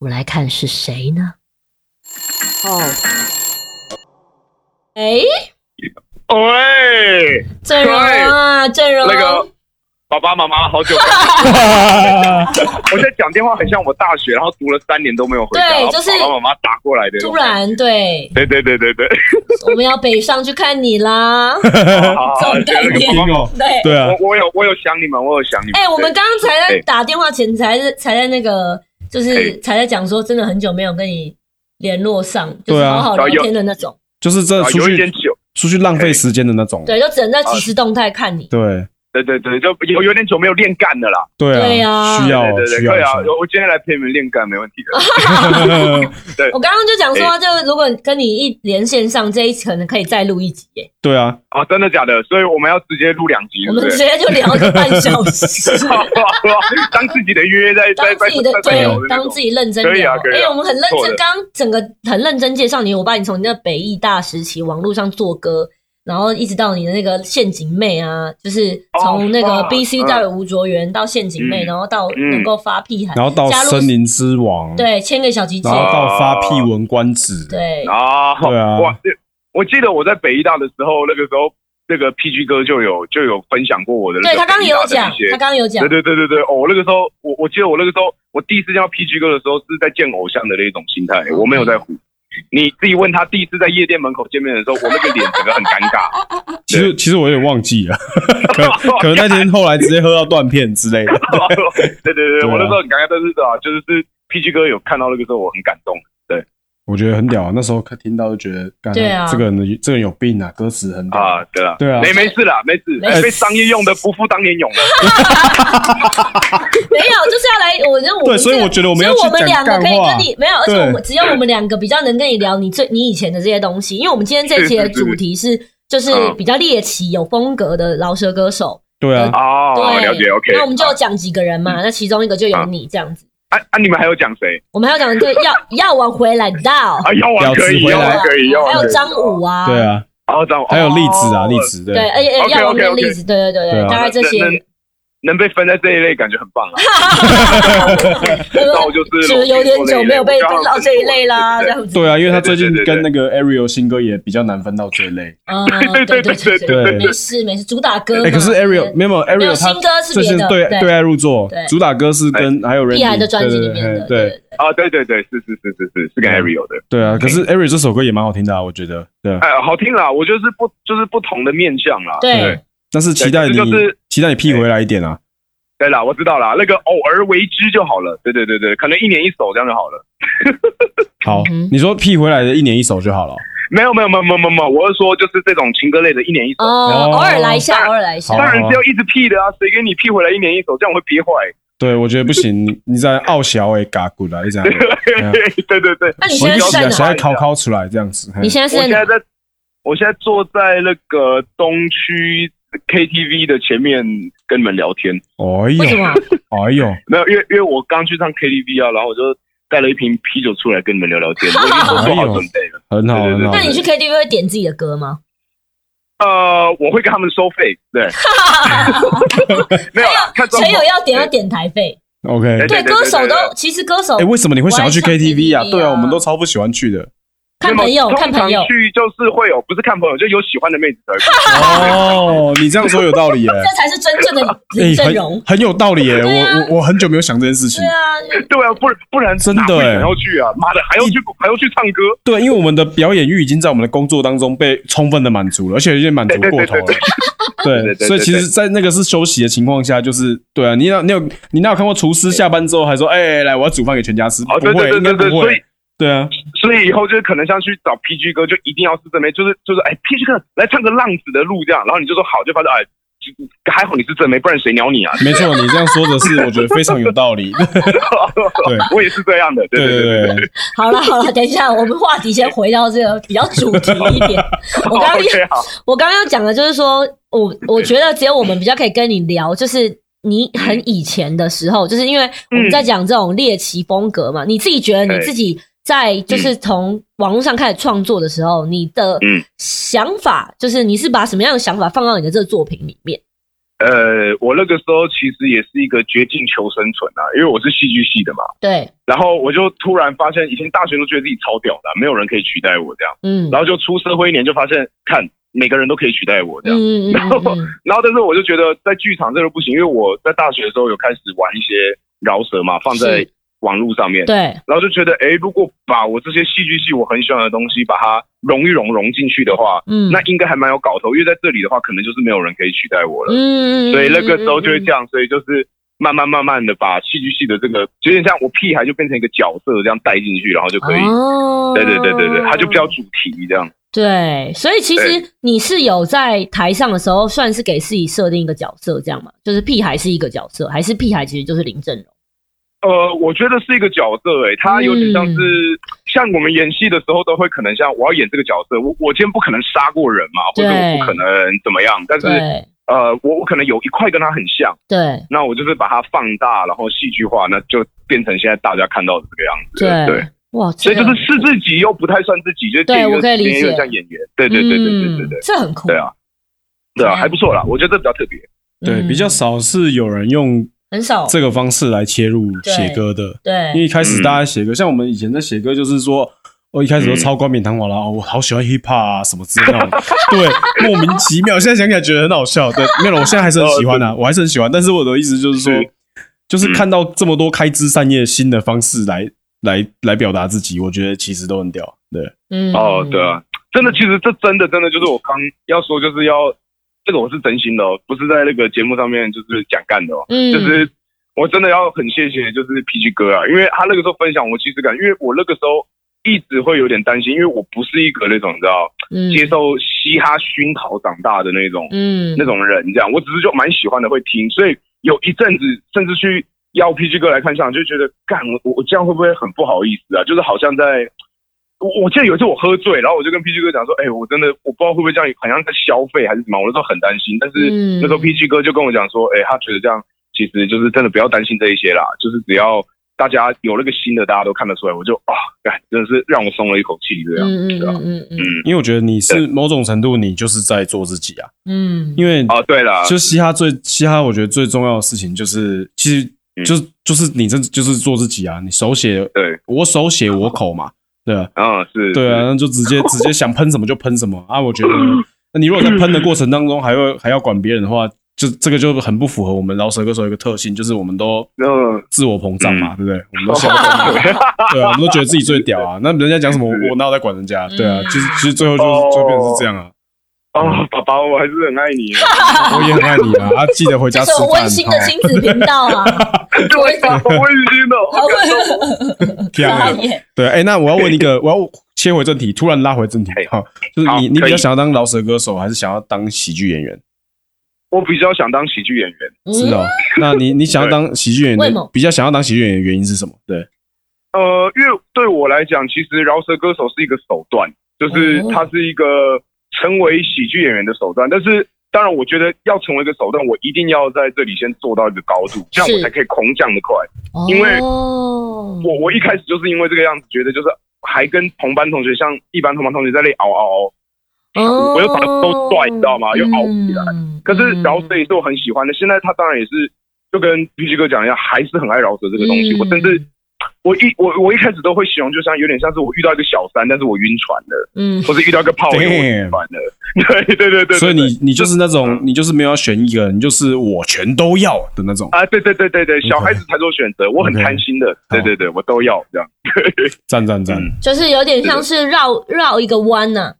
B: 我们来看是谁呢？哦，哎，
C: 喂，
B: 郑荣啊，郑荣，
C: 那个爸爸妈妈，好久不 见！我现在讲电话很像我大学，然后读了三年都没有回家，
B: 对
C: 然后
B: 就是
C: 爸爸妈妈打过来的。
B: 突，然对，
C: 对对对 对对，
B: 我们要北上去看你啦，
C: 好好好，
B: 总概
A: 听
B: 念。
A: 哦，
B: 对，
A: 对啊，
C: 我我有我有想你们，我有想你们。
B: 哎、我们
C: 对
B: 刚刚才在
C: 对
B: 打电话前才在才在那个，就是
C: 哎
B: 才在讲说，真的很久没有跟你联络上，就
A: 对
B: 是
A: 啊
B: 好好聊天的那种。
A: 就是这
C: 啊
A: 出
C: 有一点
A: 去
C: 久，
A: 出去浪费时间的那种。
B: 对，就只能在即时动态看你。
A: 对，
C: 对对对，就有有点久没有练干的啦。
A: 对啊，
B: 对啊
A: 需要
C: 对
A: 啊
C: 对
A: 需
C: 对，
A: 要
C: 可以
A: 需
C: 啊，
A: 要
C: 我我今天来陪你们练干没问题 的。
B: 我刚刚就讲说，就如果跟你一连线上，这一可能可以再录一集耶，
A: 对啊，
C: 啊，真的假的？所以我们要直接录两集，
B: 我
C: 对
B: 们
C: 不
B: 直
C: 对？
B: 接就聊个半小时，
C: 好啊好啊当自己的约在在
B: 当
C: 在
B: 自己的
C: 在在
B: 对
C: 聊的，那
B: 当
C: 种
B: 自己认真
C: 可以
B: 聊
C: 啊可以啊
B: 哎、我们很认
C: 错
B: 真，
C: 的
B: 刚刚整个很认真介绍你，我把你从你那北艺大时期网络上做歌，然后一直到你的那个陷阱妹啊，就是从那个
C: 哦
B: B C
C: 嗯
B: 到吴卓源到陷阱妹，
C: 嗯
B: 然后到
C: 嗯
B: 能够发屁孩，
A: 然后到
B: 加入
A: 森林之王，，
B: 对签给小吉姐
A: 然，
C: 哦
A: 后到发屁文官子，
B: 对，
C: 啊，
A: 对啊
C: 哇，我记得我在北医大的时候，那个时候那个 PG 哥就有就有分享过我的那
B: 对
C: 个
B: 他刚刚
C: 北医
B: 有
C: 大的
B: 讲
C: 一些，
B: 他刚刚有讲
C: 对，对对对对，哦，我那个时候我我记得我那个时候我第一次见到 PG 哥的时候是在见偶像的那一种心态，我没
B: 嗯
C: 有在乎。你自己问他第一次在夜店门口见面的时候，我那个脸整个很尴尬。
A: 其实其实我有点忘记了， 可可能那天后来直接喝到断片之类的，
C: 对对对，
A: 对啊
C: 我那时候很尴尬，但是啊，就是是 PG 哥有看到那个时候我很感动。
A: 我觉得很屌啊，那时候听到就觉得，干
B: 对啊
A: 这个人的这个人有病啊，歌词很屌
C: 啊，对了，
A: 对啊
C: 没没事啦，没事，
B: 没
A: 事
C: 被商业用的不负当 年勇了。
B: 没有，就是要来，我认为
A: 对所以我觉得我们要去
B: 所以我们两
A: 讲干
B: 个可以
A: 话
B: 跟你没有，而且我们
A: 对
B: 只有我们两个比较能跟你聊你最你以前的这些东西，因为我们今天这一期的主题是就是
C: 嗯
B: 比较猎奇有风格的饶舌歌手，
A: 对啊，
C: 哦，
B: 对，
C: 了解，OK。
B: 那我们就
C: 啊
B: 讲几个人嘛，那其中一个就有你这样子，
C: 啊啊，你们还有讲谁？
B: 我们还要讲这个要 要往回来到，
C: 啊，药丸可以，
A: 表示回
C: 药
A: 来
C: 丸可以，药丸
B: 还
C: 可
B: 有
C: 以
B: 张，武啊，
A: 对，啊，
C: 哦，张武，
A: 还有栗子啊，
C: 哦
A: 栗，子，对
B: 对，哎而且
C: OK，OK，
B: 要往跟
C: OK
B: 例子，对对
A: 对
B: 对对，
A: 啊
B: 大概这些
C: 能能能被分在这一类，感觉很 棒啊。那我就是
B: 是不是有点久没有被分到这一类啦，这
C: 对对对
B: 样子，
A: 对啊，因为他最近
C: 对对对
A: 跟那个 Ariel 新歌也比较难分到这一类。
B: 嗯，
C: 对
B: 对对
C: 对对
B: 对
C: 对
B: 对，
A: 对
B: 没事没事，主打歌嘛。
A: 哎，可是 Ariel
B: 对
A: 没有没有
B: 没有
A: Ariel
B: 新
A: 他
B: 歌是
A: 最
B: 别
A: 近
B: 的，
A: 对对爱入座
B: 对，
A: 主打歌是跟
C: 哎
A: 还有 Randy
B: 屁孩的专辑里面的，
A: 对对对
B: 对
C: 啊，对对对，是是是是是是跟
A: 嗯
C: Ariel 的，
A: 对啊。可是 Ariel 这首歌也蛮好听的啊，我觉得对啊。
C: 哎，好听啦，我就是不就是不同的面相啦。
B: 对对
A: 对但是期待你
C: 对就是
A: 期待你 P 回来一点啊。
C: 对啦，我知道啦，那个偶尔为之就好了。对对对对，可能一年一首这样就好了。
A: 好
B: 嗯哼，
A: 你说 P 回来的一年一首就好了。
C: 没有没有没有没有没有没有，我是说就是这种情歌类的，一年一首，
B: 哦，
A: 哦
B: 偶尔来一下，偶尔来一下
A: 好。
C: 当然是要一直 P 的啊，谁给你 P 回来一年一首，这样我会憋坏。
A: 哦 对，我觉得不 行，你在傲小哎，嘎咕啦，你这样。啊
C: 对对对，
B: 那你
A: 我
B: 现在
A: 一
B: 是
A: 起
B: 在哪
A: 啊，
B: 里
A: 小爱考考出来这样子。嘿
B: 你现在
C: 我
B: 是
C: 现
B: 哪
C: 在在，我现在坐在那个东区 KTV 的前面跟你们聊天。
A: 哎
B: 为什
A: 呦，
B: 么？
A: 哎呦，
C: 没有，因为因为我刚去唱 KTV 啊，然后我就带了一瓶啤酒出来跟你们聊聊 天，我已经做好准备了。
A: 很好
C: 对对对
A: 很好
B: 那。你去 KTV 会点自己的歌吗？
C: 呃，我会跟他们收费， 对，没有啦看状
B: 谁
C: 况
B: 有。要点要点台费？
A: OK，
C: 对
B: 哎对，
C: 对对
B: 歌手都
C: 对对
B: 其实歌手
A: 哎，为什么你会想要去
B: 我还想
A: KTV 啊
B: KTV？啊？
A: 对啊，我们都超不喜欢去 的。
B: 看朋友
C: 没有
B: 看朋友
C: 通常，去就是会有，不是看朋友，就有喜欢的妹子才 会去。
A: 哦，你这样说有道理耶、
B: 这才是真正的
A: 哎
B: 林正
A: 很
B: 荣。
A: 很有道理耶、
B: 对啊
A: 我我我很久没有想这件事情
B: 对。啊，
C: 对啊，不然不然
A: 真的
C: 哪会
A: 欸
C: 想要去啊？妈的，还要去还要去唱歌，
A: 对，因为我们的表演欲已经在我们的工作当中被充分的满足了，而且有点满足过头了。对
C: 对对对对对对，对
A: 所以其实，在那个是休息的情况下，就是对啊，你有你有你哪有看过厨师下班之后还说，哎、来，我要煮饭给全家吃？不
C: 哦对
A: 会，
C: 对对
A: 应该
C: 对对
A: 不
C: 所以
A: 会。对啊，
C: 所以以后就是可能像去找 PG 哥，就一定要是正妹，就是就是哎，PG 哥来唱个浪子的路这样，然后你就说好，就发现哎，就还好你是正妹，不然谁鸟你啊？
A: 没错，你这样说的是，我觉得非常有道理。对
C: 我也是这样的，
A: 对
C: 对
A: 对
C: 对对。
A: 对对，
B: 好了好了，等一下，我们话题先回到这个比较主题一点。我刚刚
C: 哦 OK 好，
B: 我刚刚要讲的就是说，我我觉得只有我们比较可以跟你聊，就是你很以前的时候，就是因为我们在讲这种猎奇风格嘛，你自己觉得你
C: 嗯对
B: 自己在就是从网络上开始创作的时候，你的
C: 嗯
B: 想法就是你是把什么样的想法放到你的这个作品里面？
C: 呃，我那个时候其实也是一个绝境求生存啊，因为我是戏剧系的嘛，
B: 对，
C: 然后我就突然发现，以前大学都觉得自己超屌的啊、没有人可以取代我这样，
B: 嗯，
C: 然后就出社会一年就发现，看每个人都可以取代我这
B: 嗯
C: 样，
B: 嗯嗯
C: 然后
B: 嗯
C: 然后但是我就觉得在剧场这个不行，因为我在大学的时候有开始玩一些饶舌嘛，放在
B: 是
C: 网络上面
B: 嗯，，对，
C: 然后就觉得，哎，如果把我这些戏剧系我很喜欢的东西，把它融一融融进去的话，
B: 嗯，
C: 那应该还蛮有搞头，因为在这里的话，可能就是没有人可以取代我了。
B: 嗯，嗯
C: 所以那个时候就会这
B: 样，
C: 样，所以就是慢慢慢慢的把戏剧系的这个，有点像我屁孩就变成一个角色这样带进去，然后就可以，
B: 哦
C: 对对对对对，它就比较主题这样。
B: 对，所以其实你是有在台上的时候，算是给自己设定一个角色，这样嘛？就是屁孩是一个角色，还是屁孩其实就是林正荣？
C: 呃，我觉得是一个角色、欸，诶，他有点像是、
B: 嗯
C: 像我们演戏的时候都会可能像我要演这个角色，我我今天不可能杀过人嘛，或者我
B: 对
C: 不可能怎么样，但是
B: 对
C: 呃，我我可能有一块跟他很像，
B: 对
C: 那我就是把它放大，然后戏剧化，那就变成现在大家看到的这个样子了。
B: 对
C: 对，
B: 哇，
C: 所以就
B: 这个
C: 是是自己又不太算自己，就是
B: 对
C: 介于
B: 我可以理
C: 中间又
B: 解
C: 像演员，对对对对对对
B: 嗯
C: 对，
B: 这很酷，
C: 对啊，对啊，
B: 嗯
C: 还不错啦，我觉得这比较特别。
A: 对，
B: 嗯
A: 比较少是有人用
B: 很少
A: 这个方式来切入写歌的，因为
B: 对
A: 一开始大家写歌，像我们以前在写歌，就是说。我一开始都超冠冕堂皇啦，哦我好喜欢 hip hop 啊，什么之类的那种，对，莫名其妙。现在想起来觉得很好笑，对，没有了，我现在还是很喜欢啊，我还是很喜欢。但是我的意思就是说
C: 是，
A: 就是看到这么多开枝散叶新的方式来来来表达自己，我觉得其实都很屌。对，
B: 嗯
C: 哦，对啊，真的，其实这真的真的就是我刚要说，就是要这个我是真心的哦，不是在那个节目上面就是讲干的哦，
B: 嗯
C: 就是我真的要很谢谢就是 PG 哥啊，因为他那个时候分享我其实感，因为我那个时候一直会有点担心，因为我不是一个那种你知道接受嘻哈熏陶长大的那种
B: 嗯
C: 那种人，这样，我只是就蛮喜欢的，会听，所以有一阵子甚至去邀 PG 哥来看相，就觉得干我我我这样会不会很不好意思啊？就是好像在，我我记得有一次我喝醉，然后我就跟 PG 哥讲说，哎、我真的我不知道会不会这样，好像在消费还是什么，我那时候很担心，但是
B: 嗯
C: 那时候 PG 哥就跟我讲说，哎、他觉得这样其实就是真的不要担心这一些啦，就是只要。大家有那个心的，大家都看得出来，我就啊，干真的是让我松了一口气，这样，
B: 嗯嗯
C: 对啊，
B: 嗯嗯
C: 嗯，
A: 因为我觉得你是某种程度你就是在做自己啊，
B: 嗯，
A: 因为
C: 哦，对了，
A: 就嘻哈最嘻哈，我觉得最重要的事情就是，其实
C: 嗯
A: 就是就是你这就是做自己啊，你手写
C: 对，
A: 我手写我口嘛，对啊
C: 嗯，是，
A: 对 啊，那就直接直接想喷什么就喷什么啊。我觉得，那你如果在喷的过程当中还会还要管别人的话，就这个就很不符合我们饶舌歌手一个特性，就是我们都
C: 是，嗯，
A: 自我膨胀嘛，对不对？我们都想要当 一个对啊，我们都觉得自己最屌啊。那人家讲什么，我我哪有在管人家？对啊，
B: 嗯
A: 就是其实最后就是
C: 哦
A: 就变成是这样啊。
C: 哦，爸爸，我还是很爱你。
A: 我也很爱你啊，啊记得回
B: 这
A: 家
B: 是
A: 吃
B: 我温
A: 饭。哦
B: 馨
A: 好
B: 的亲子频 道啊，
C: 对 啊，我温馨哦的。
B: 好温
A: 天啊
B: 馨耶，
A: 对，哎、那我要问一 个，我要切回正题，突然拉回正题
C: 嘿，
A: 哈，就是
C: 好
A: 你，你
C: 可
A: 比
C: 以
A: 较想要当饶舌歌手，还是想要当喜剧演员？
C: 我比较想当喜剧演员。
A: 是
B: 嗯
A: 哦，那你你想要当喜剧演员
B: 为什
A: 的
B: 么，
A: 比较想要当喜剧演员的原因是什么？对，
C: 呃，因为对我来讲，其实饶舌歌手是一个手段，就是
B: 哦
C: 它是一个成为喜剧演员的手段。但是，当然，我觉得要成为一个手段，我一定要在这里先做到一个高度，这样我
B: 是
C: 才可以空降的快。因为
B: 嗯哦，
C: 我我一开始就是因为这个样子，觉得就是还跟同班同学像一般同班同学在那里熬熬熬，
B: 哦
C: 我又把它都拽你知道吗又熬起来。
B: 嗯
C: 可是饶舌
B: 嗯
C: 也是我很喜欢的，现在他当然也是就跟 PG 哥讲一样，还是很爱饶舌这个东西。
B: 嗯
C: 我甚至我一我我一开始都会形容，就像有点像是我遇到一个小三，但是我晕船了，
B: 嗯
C: 或是遇到一个炮友
A: Damn
C: 我晕船了。对对对对对，
A: 所以
C: 对
A: 你你就是那种
C: 嗯，
A: 你就是没有要选一个，你就是我全都要的那种，
C: 啊，对对对对对，小孩子才做选择，我很
A: OK
C: 贪心的，对对对，我都要这样。
A: 赞赞赞！
C: 嗯
B: 就是有点像是绕绕一个弯呐，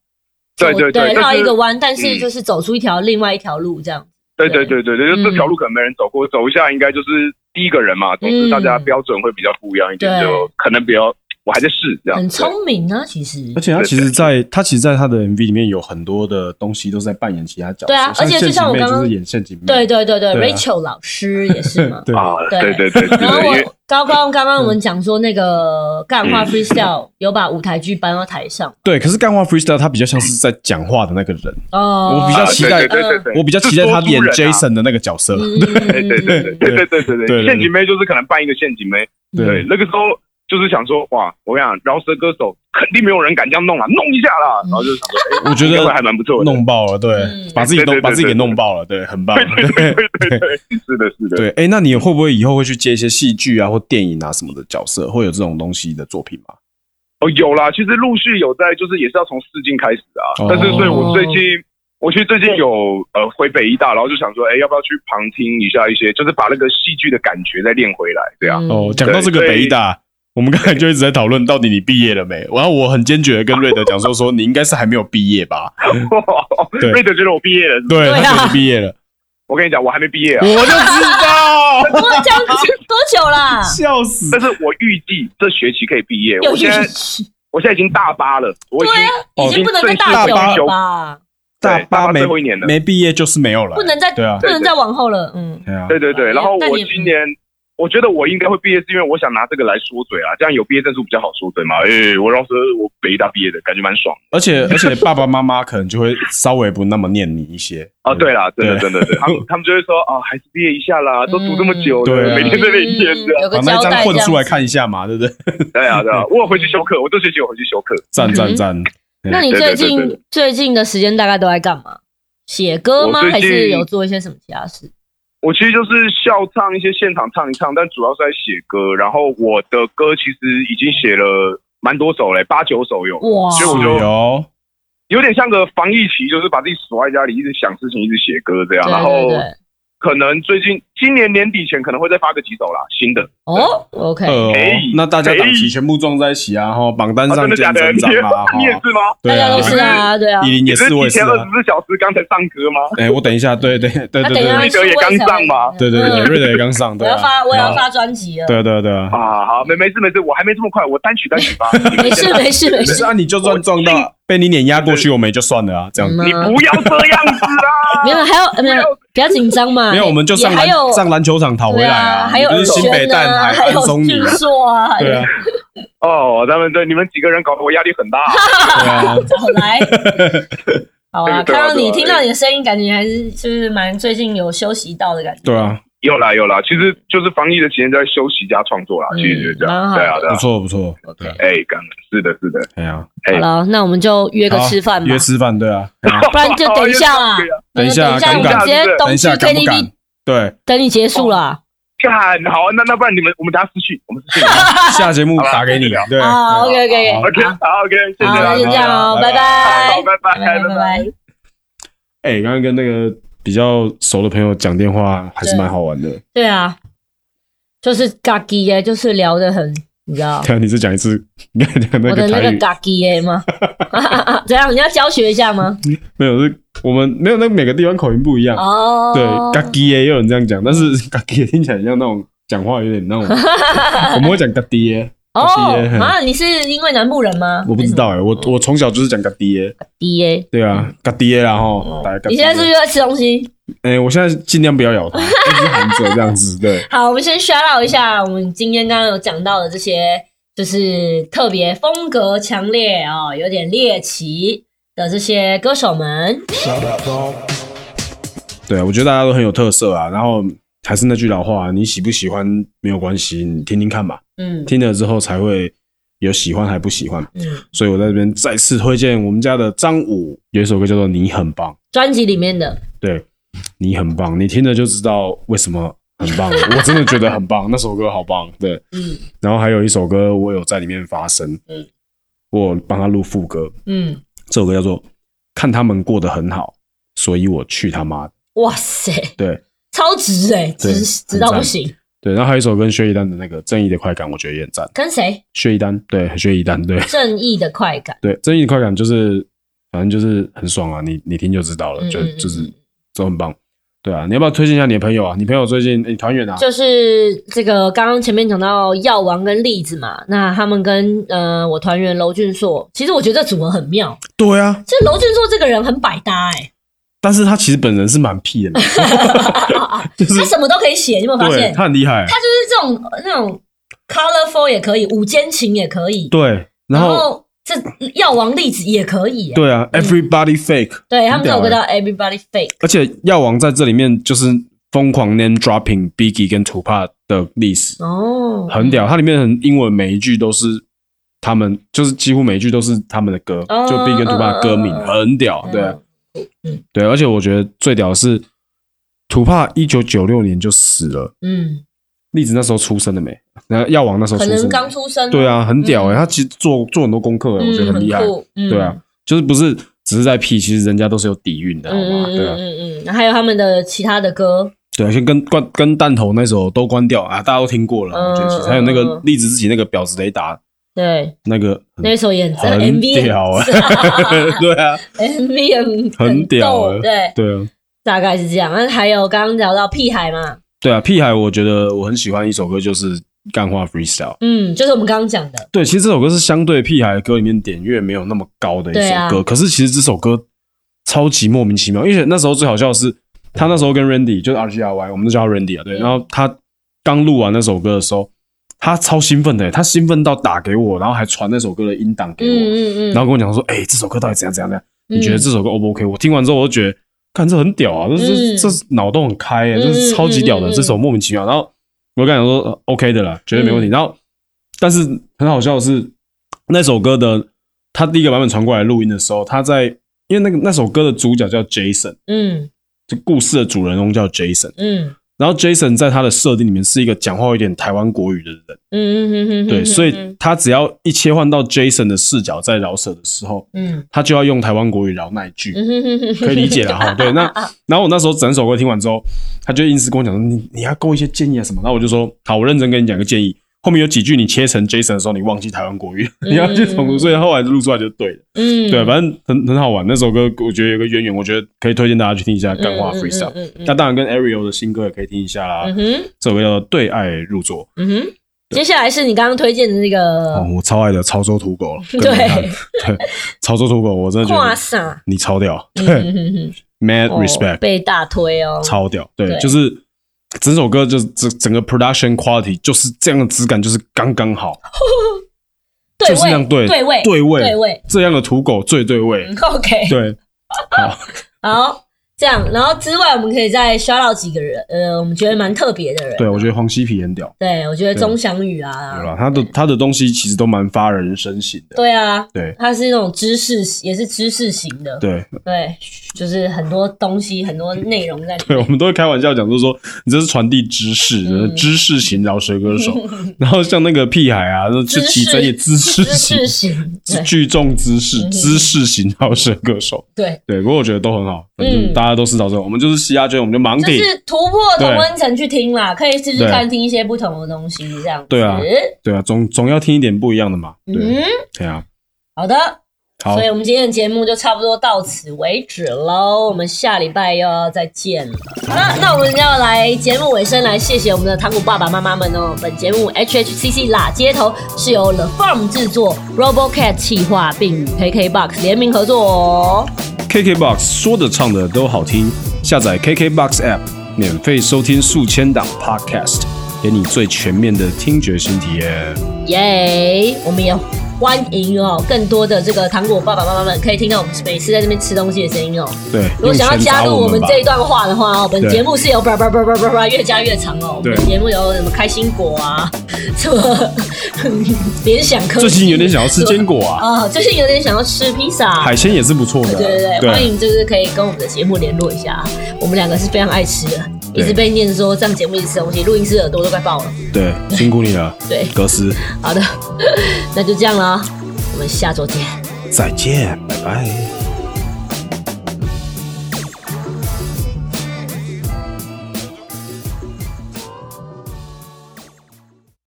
C: 对
B: 走
C: 对对但是
B: 绕一个弯，但是
C: 嗯
B: 就是走出一条另外一条路这样。
C: 对对对对对，就这条路可能没人走过，走一下应该就是第一个人嘛。总之大家
B: 嗯
C: 标准会比较不一样一点，
B: 对
C: 就可能比较我还在试这样。
B: 很
C: 对
B: 聪明啊，其实
A: 而。且他其实在，他其实，在他的 MV 里面有很多的东西都是在扮演其他角色，
B: 对啊而且就
A: 陷
B: 像
A: 阱
B: 我
A: 妹
B: 刚刚
A: 就是演陷阱妹，
B: 对对对对
A: 对啊。
B: ，Rachel 老师也是 嘛
A: 对
C: 啊，对对对对
B: 然后
C: 对，因嗯为
B: 我刚刚刚刚我们讲说那个干
A: 嗯
B: 话 freestyle 有把舞台剧搬到台上
A: 对。可是干话 freestyle 他比较像是在讲话的那个人，
B: 哦，
A: 我比较
C: 啊
A: 期
C: 对
A: 待
C: 对对对对
A: 我比较期待他演
C: 啊
A: Jason 的那个角色。
B: 嗯，对
C: 对对对对对对对
A: 对
C: 对，陷阱妹就是可能扮一个陷阱妹，
A: 嗯
C: 对，那个时候就是想说，哇，我跟你讲，饶舌歌手肯定没有人敢这样弄啊，弄一下啦，
B: 嗯
C: 然后就想说，哎
A: 我觉得
C: 应该会还蛮不错的，
A: 弄爆了，对
B: 嗯，
A: 把自己
C: 对
A: 弄
C: 对对
A: 把自己给
C: 对
A: 弄爆了，对，很棒，对
C: 是的，是的，
A: 对。哎，那你会不会以后会去接一些戏剧啊或电影啊什么的角色，会有这种东西的作品吗？
C: 哦，有啦，其实陆续有在，就是也是要从试镜开始
A: 哦
C: 啊，但是所以我最近。我其实最近有呃回北医大，然后就想说，哎，要不要去旁听一下一些，就是把那个戏剧的感觉再练回来，这
B: 嗯
C: 样。
A: 哦，讲到这个
C: 对
A: 北大，我们刚才就一直在讨论到底你毕业了没， 然后我很坚决的跟瑞德讲说说你应该是还没有毕业吧？嗯 对
C: 瑞德觉得我毕业了，是不是
A: 对，嗯
B: 对啊
A: 他确实毕业了，
C: 我跟你讲，我还没毕业
A: 我，
C: 啊
A: 就知道，
B: 多这样子多久啦？
A: 笑死
C: 但！是我预计这学期可以毕业。
B: 有
C: 我
B: 预
C: 现在
B: 期
C: 我现在已经大八了，我已经、
A: 哦
B: 已经不能再
A: 大
B: 大九
A: 八
B: 了吧，
C: 对
A: 八
C: 大八
A: 没
C: 最后一年了
A: 没毕业就是没有了，
B: 不能再
A: 对啊
B: 不能再往后了，嗯，
A: 对啊，
C: 对对对。
B: 哎
C: 然后
B: 那
C: 我
B: 你
C: 今年，我觉得我应该会毕业，是因为我想拿这个来说嘴啊，这样有毕业证书比较好说嘴嘛。哎、我当时我北大毕业的感觉蛮爽
A: 而且而且爸爸妈妈可能就会稍微不那么念你一些
C: 的啊。对啦，真的
A: 对
C: 真的对，他们他们就会说啊，还是毕业一下啦，都读这么久了，
A: 嗯对啊
C: 每天在那里念
B: 嗯
C: 的。
B: 有
A: 把
B: 个
A: 那
B: 交
A: 一张
B: 代这
A: 混
B: 样
A: 出来
B: 子
A: 看一下嘛，对不对？
B: 嗯
C: 对啊对啊，我有回去修课，我这学期有回去修课。
A: 赞赞赞！
B: 那你最
C: 对对对对
B: 近最近的时间大概都在干嘛？写歌吗？
C: 我最
B: 还是
C: 近
B: 有做一些什么其他事？
C: 我其实就是笑唱一些现场唱一唱，但主要是在写歌。然后我的歌其实已经写了蛮多首嘞，八九首有，
B: 哇，
C: 所以我就
A: 有哦
C: 有点像个防疫期，就是把自己锁在家里，一直想事情，一直写歌这样。然
B: 对
C: 后
B: 对对，
C: 可能最近今年年底前可能会再发个几首啦，新的。
B: 哦，OK，
A: 二哦
C: 哎，
A: 那大家档期全部撞在一起啊，哈，榜单
C: 啊、
A: 上
C: 真的假
A: 见
C: 的？
A: 真
C: 你
A: 章 嘛，哈
C: 你也是吗？
A: 对
B: 大家
A: 啊
B: 都，是啊，对啊，
A: 依林也是，我
C: 你
A: 也
C: 是
A: 是
C: 提前二
A: 啊
C: 十。四小时刚才上歌吗？
A: 哎，我等一下，对对对对
B: 那
A: 对
B: 啊等一下
A: 对
C: 瑞德也刚上嘛
A: 对对对，
B: 嗯
A: 瑞德也刚上，
B: 我
A: 对
B: 要
A: 啊，
B: 发我也要发专辑了，
A: 对对对啊。
C: 啊，好，没没事没事，我还没这么快，我单曲 单曲发。
B: 没事没事没
A: 没事
B: 事，
A: 啊，你就算撞到被你碾压过去，我们也就算了啊，这样
B: 嗯。啊
C: 你不要这样子啊！
B: 没有还有没有不要紧张嘛，
A: 没有，我们就上
B: 也哎还
A: 篮
B: 有
A: 上篮球场讨回
B: 对
A: 来
B: 啊，还
A: 你
B: 有
A: 不
B: 尔
A: 是新北
B: 轩
A: 蛋
B: 啊，
A: 还
B: 还
A: 安
B: 有
A: 松
B: 俊
A: 你，
B: 硕啊，
A: 对啊，
C: 哦，他们对你们几个人搞得我压力很 大。
A: 对啊，
B: 好 来。好啊，
C: 对啊
B: 看到你
C: 对啊
B: 听到你的声音，感觉还是就是蛮最近有休息到的感觉。
A: 对啊，
C: 有啦有啦，其实就是防疫的期间在休息加创作啦，
B: 嗯
C: 其实就是这
B: 蛮
C: 样。
B: 好的
C: 对啊对
A: 不
C: 啊，
A: 错不错，对啊
B: OK，
C: 哎，感恩是的是的，
A: 哎呀，
C: 哎
B: 好了，那我们就约个
A: 好
B: 吃饭吧。
A: 约吃饭，对啊，哎呀
B: 不然就等一 下 啦
C: 对啊
A: 等一下
B: 那就等
A: 敢
B: 一
A: 不
B: 下，我
A: 敢
B: 们直接
A: 等
B: 东
A: 一
B: 区
A: 下敢不
B: KTV
A: 敢？ 对，
B: 等你结束啦。
C: 干好，那那不然你们我们等下私讯，我们私讯。
A: 下节目打给你，
C: 好
A: 哦对，
B: 啊，OK OK OK，
C: OK 好 OK，谢谢
B: 好，
C: 啦
B: 那就这样哦，
A: 拜
B: 拜拜，
C: 好，拜拜
B: 拜拜
C: 拜拜。
B: 拜。
A: 哎，刚刚跟那个比较熟的朋友讲电话，还是蛮好玩的。
B: 对啊，就是嘎叽耶，就是聊得很，你知道
A: 看你是讲一次，你看讲那
B: 我的
A: 个
B: 那
A: 台
B: 个
A: 语，
B: 嘎叽耶 吗？怎样？你要教学一下吗？
A: 没有，是我们没有，那每个地方口音不一样。
B: 哦，
A: 对，嘎叽耶也有人这样讲，但是 嘎叽耶听起来像那种讲话有点那 种，我们会讲嘎叽耶，
B: 哦
A: 嘎叽耶，
B: 啊，你是因为南部人吗？
A: 我不知道哎，
B: 哦
A: 我我从小就是讲嘎叽耶，
B: ，D A。
A: 对啊，嘎叽耶然后大家嘎叽耶
B: 嗯哦你现在是不是在吃东西？
A: 哎，我现在尽量不要咬它， 一直含着这样子，对，
B: 好，我们先 shout out 一下，我们今天刚刚有讲到的这些，就是特别风格强烈啊、哦，有点猎奇的这些歌手们。
A: 对啊，我觉得大家都很有特色啊。然后还是那句老话，啊你喜不喜欢没有关系，你听听看吧，
B: 嗯
A: 听了之后才会有喜欢还不喜欢。
B: 嗯，
A: 所以我在这边再次推荐我们家的张武，有一首歌叫做《你很棒》，
B: 专辑里面的
A: 对你很棒，你听了就知道为什么很 棒了。我真的觉得很棒，那首歌好棒，对。
B: 嗯
A: 然后还有一首歌我有在里面发声，
B: 嗯
A: 我有帮他录副歌，
B: 嗯，
A: 这首歌叫做《看他们过得很好》，所以我去他妈的，
B: 哇塞，
A: 对。
B: 超值哎、
A: 对
B: 值值到
A: 很赞
B: 不行。
A: 对，然后还有一首跟薛一丹的那个《正义的快感》，我觉得也很赞。
B: 跟谁？
A: 薛一丹，对，薛一丹，对
B: 正义的快感。
A: 对，《正义的快感》就是反正就是很爽啊，你你听就知道了，
B: 嗯
A: 就
B: 嗯嗯
A: 就是都很棒。对啊，你要不要推荐一下你的朋友啊？你朋友最近诶团员啊，
B: 就是这个刚刚前面讲到药王跟栗子嘛，那他们跟呃我团员娄俊硕，其实我觉得这组合很妙。
A: 对啊，
B: 这娄俊硕这个人很百搭哎、
A: 但是他其实本人是蛮屁的， 你知道吗就是
B: 他什么都可以写，你有没有发
A: 对
B: 现？
A: 他很厉害
B: 他，就是这种呃那种 colorful 也可以，午间情也可以，
A: 对，然
B: 然
A: 后
B: 后这药王粒子也可以耶，
A: 对啊，Everybody Fake，
B: 对他们这首歌
A: 很
B: 叫
A: 屌欸
B: Everybody Fake，
A: 而且药王在这里面就是疯狂 name dropping Biggie 跟 Tupac 的历史，
B: 哦，
A: 很屌，它里面很英文，每一句都是他们，就是几乎每一句都是他们的歌，
B: 哦
A: 就 Big 跟 t u p a
B: 嗯嗯
A: 的歌名，
B: 嗯
A: 很屌，
B: 嗯，
A: 对啊对，而且我觉得最屌的是 t u p a 一九九六年就死了，
B: 嗯，
A: 栗子那时候出生了没？然后药王那时候
B: 可
A: 出
B: 能
A: 生，
B: 刚出生，
A: 对，啊，很屌哎、
B: 嗯
A: 他其实做做很多功课，欸我觉得
B: 嗯，
A: 很厉害，
B: 酷，嗯
A: 对啊，，就是不是只是在 P，其实人家都是有底蕴的，
B: 嗯
A: 好吗？
B: 嗯
A: 对啊
B: 嗯，嗯嗯嗯，还有他们的其他的歌，
A: 对啊，先跟关跟弹头那首都关掉啊，大家都听过了，我觉得其实还有那
B: 嗯嗯
A: 个
B: 嗯
A: 栗子自己那个婊子雷达
B: 对，
A: 那个很
B: 那首也很赞
A: 很屌啊
B: ，MV
A: 对啊，
B: MV 很
A: 很屌
B: 逗
A: 欸
B: 对，
A: 对啊，
B: 大概是这样。那还有刚刚聊到屁孩嘛，
A: 对啊。屁孩，我觉得我很喜欢一首歌，就是干话 freestyle。
B: 嗯，就是我们刚刚讲的，
A: 对，其实这首歌是相对屁孩的歌里面点阅没有那么高的一
B: 对
A: 首
B: 啊
A: 歌，可是其实这首歌超级莫名其妙，而且那时候最好笑的是，他那时候跟 Randy 就是 R G R Y，我们都叫他 Randy 啊，对，
B: 嗯
A: 然后他刚录完那首歌的时候，他超兴奋的，他兴奋到打给我，然后还传那首歌的音档给我，
B: 嗯嗯嗯，
A: 然后跟我讲说，哎、这首歌到底怎样怎样怎样？
B: 嗯
A: 你觉得这首歌 O 不 OK？我听完之后，我就觉得，看这很屌啊，这这、
B: 嗯
A: 这脑洞很开耶、
B: 嗯
A: 这是超级屌的，
B: 嗯嗯嗯
A: 这首莫名其妙。然后我跟他讲说、呃 OK 的啦，绝对没
B: 嗯
A: 问题。然后，但是很好笑的是，那首歌的他第一个版本传过来录音的时候，他在因为那个那首歌的主角叫 Jason，
B: 嗯
A: 这故事的主人公叫 Jason，
B: 嗯
A: 然后 Jason 在他的设定里面是一个讲话有点台湾国语的人。
B: 嗯嗯嗯嗯，
A: 对，
B: 嗯
A: 所以他只要一切换到 Jason 的视角在饶舌的时候，
B: 嗯
A: 他就要用台湾国语饶那一句，
B: 嗯哼哼哼哼
A: 可以理解 了哈。对，那然后我那时候整首歌听完之后，他就硬是跟我讲说你你要给我一些建议啊什么，然后我就说好，我认真跟你讲个建议。后面有几句你切成 Jason 的时候，你忘记台湾国语，
B: 嗯
A: 你要去重读，所以后来录出来就对了。
B: 嗯
A: 对，反正很很好玩。那首歌我觉得有个渊源，我觉得可以推荐大家去听一下《干话
B: 嗯嗯嗯
A: freestyle》。
B: 嗯嗯
A: 那当然跟 Ariel 的新歌也可以听一下啦。
B: 嗯哼
A: 这首歌叫做《对爱入座》。
B: 嗯哼，接下来是你刚刚推荐的那
A: 哦
B: 个，
A: 我超爱的潮州土狗了，
B: 对
A: 各位看对，潮州土狗，我真的觉
B: 跨
A: 得
B: 傻，
A: 你超屌，
B: 嗯
A: 对
B: 哼哼哼
A: ，mad
B: 哦
A: respect，
B: 被大推哦，
A: 超屌，
B: 对
A: 对，就是整首歌就是整整个 production quality 就是这样的质感，就是刚刚好，
B: 对
A: 就是那
B: 位
A: 样对
B: 对位
A: 对位
B: 对位
A: 这样的土狗最对
B: 嗯
A: 味，
B: ，OK，
A: 对，好，
B: 好，这样，然后之外我们可以再 shout out 几个人，呃，我们觉得蛮特别的人，
A: 对我觉得黄西皮很屌，
B: 对，我觉得钟祥宇啊，
A: 对吧？他的他的东西其实都蛮发人深省的，
B: 对啊，
A: 对
B: 他是那种知识，也是知识型的，
A: 对
B: 对，就是很多东西，很多内容在里
A: 对，
B: 面。
A: 我们都会开玩笑讲，就是说你这是传递知识，
B: 嗯
A: 知识型饶舌歌手， 然后像那个屁孩啊，就
B: 知识
A: 奇珍也知识
B: 知
A: 型
B: 识。型，
A: 是
B: 对
A: 聚众知识、
B: 嗯
A: 知识型饶舌歌手，
B: 对，
A: 对，不过我觉得都很好，反正
B: 嗯
A: 大家都是饶舌，我们就是嘻哈圈，我们就盲
B: 就
A: 点，
B: 是突破同温层去听啦，可以试试看听一些不同的东西，这样子。
A: 对啊对啊，总总要听一点不一样的嘛，对，
B: 嗯，
A: 对啊，
B: 好的，
A: 好
B: 所以，我们今天的节目就差不多到此为止喽，我们下礼拜又要再见了。好了，那我们要来节目尾声，来谢谢我们的糖果爸爸妈妈们哦。本节目 HHCC 啦街头是由 The Farm 制作，RoboCat 企划，并与 KKBox 联名合作哦。
A: KKBOX 说的唱的都好听，下载 KKBOX App 免费收听数千档 Podcast，给你最全面的听觉新体验。
B: 耶！我们也欢迎哦，更多的这个糖果爸爸妈妈们可以听到我们每次在那边吃东西的声音哦。
A: 对，
B: 如果想要
A: 用钱
B: 加
A: 砸
B: 入我们
A: 吧
B: 这一段话的话哦，本
A: 对
B: 节目是由叭叭叭叭叭叭越加越长哦。我
A: 对
B: 们节目有什么开心果啊， 什么嗯联想科技
A: 最近有点想要吃坚果 啊，
B: 啊、最近有点想要吃披萨
A: 海。鲜也是不错的啊，
B: 对对对，欢迎就是可以跟我们的节目联络一下，我们两个是非常爱吃的，一
A: 对
B: 直被念说这样节目一直吃东西，录音师耳朵都快爆了。
A: 对，辛苦你了，
B: 对，
A: 格斯，
B: 哦好的，那就这样了，我们下周见。
A: 再见，拜拜。